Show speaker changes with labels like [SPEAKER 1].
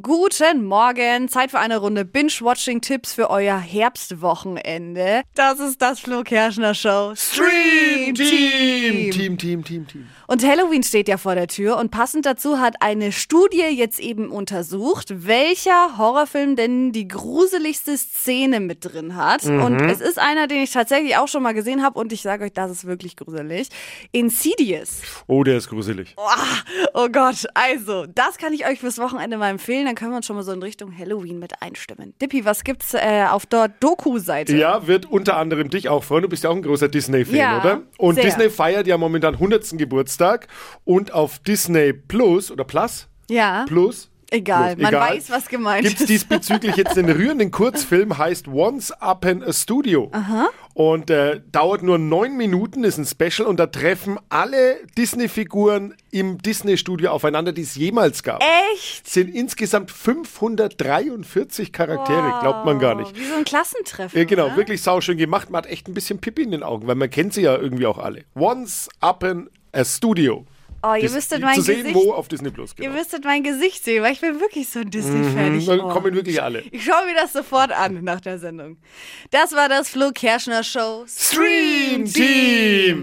[SPEAKER 1] Guten Morgen, Zeit für eine Runde Binge-Watching-Tipps für euer Herbstwochenende. Das ist das Flo Kerschner Show.
[SPEAKER 2] Stream Team!
[SPEAKER 1] Team.
[SPEAKER 2] Team, Team, Team, Team.
[SPEAKER 1] Und Halloween steht ja vor der Tür und passend dazu hat eine Studie jetzt eben untersucht, welcher Horrorfilm denn die gruseligste Szene mit drin hat.
[SPEAKER 2] Mhm.
[SPEAKER 1] Und es ist einer, den ich tatsächlich auch schon mal gesehen habe und ich sage euch, das ist wirklich gruselig. Insidious.
[SPEAKER 2] Oh, der ist gruselig.
[SPEAKER 1] Oh Gott, also, das kann ich euch fürs Wochenende mal empfehlen. Dann können wir uns schon mal so in Richtung Halloween mit einstimmen. Dippi, was gibt's äh, auf der Doku-Seite?
[SPEAKER 2] Ja, wird unter anderem dich auch freuen. Du bist ja auch ein großer Disney-Fan,
[SPEAKER 1] Ja,
[SPEAKER 2] oder? Und
[SPEAKER 1] sehr.
[SPEAKER 2] Disney feiert ja momentan 100. Geburtstag. Und auf Disney Plus oder Plus?
[SPEAKER 1] Ja.
[SPEAKER 2] Plus?
[SPEAKER 1] Egal,
[SPEAKER 2] Plus,
[SPEAKER 1] man weiß, was gemeint
[SPEAKER 2] Gibt's
[SPEAKER 1] ist.
[SPEAKER 2] diesbezüglich jetzt den rührenden Kurzfilm, heißt Once Upon a Studio. Und äh, dauert nur neun Minuten, ist ein Special und da treffen alle Disney-Figuren im Disney-Studio aufeinander, die es jemals gab.
[SPEAKER 1] Echt?
[SPEAKER 2] Sind insgesamt 543 Charaktere, glaubt man gar nicht.
[SPEAKER 1] Wie so ein Klassentreffen.
[SPEAKER 2] Ja, genau,
[SPEAKER 1] oder?
[SPEAKER 2] wirklich sauschön gemacht. Man hat echt ein bisschen Pipi in den Augen, weil man kennt sie ja irgendwie auch alle. Once Upon a Studio.
[SPEAKER 1] Oh, ihr
[SPEAKER 2] Dis-
[SPEAKER 1] wüsstet
[SPEAKER 2] zu
[SPEAKER 1] mein
[SPEAKER 2] sehen,
[SPEAKER 1] Gesicht.
[SPEAKER 2] wo auf Disney Plus.
[SPEAKER 1] Ihr
[SPEAKER 2] Genau.
[SPEAKER 1] müsstet mein Gesicht sehen, weil ich bin wirklich so ein Disney-Fan. Ich-
[SPEAKER 2] Mhm, Dann
[SPEAKER 1] oh.
[SPEAKER 2] kommen wirklich alle.
[SPEAKER 1] Ich schaue mir das sofort an nach der Sendung. Das war das Flo Kerschner Show.
[SPEAKER 2] Stream Team!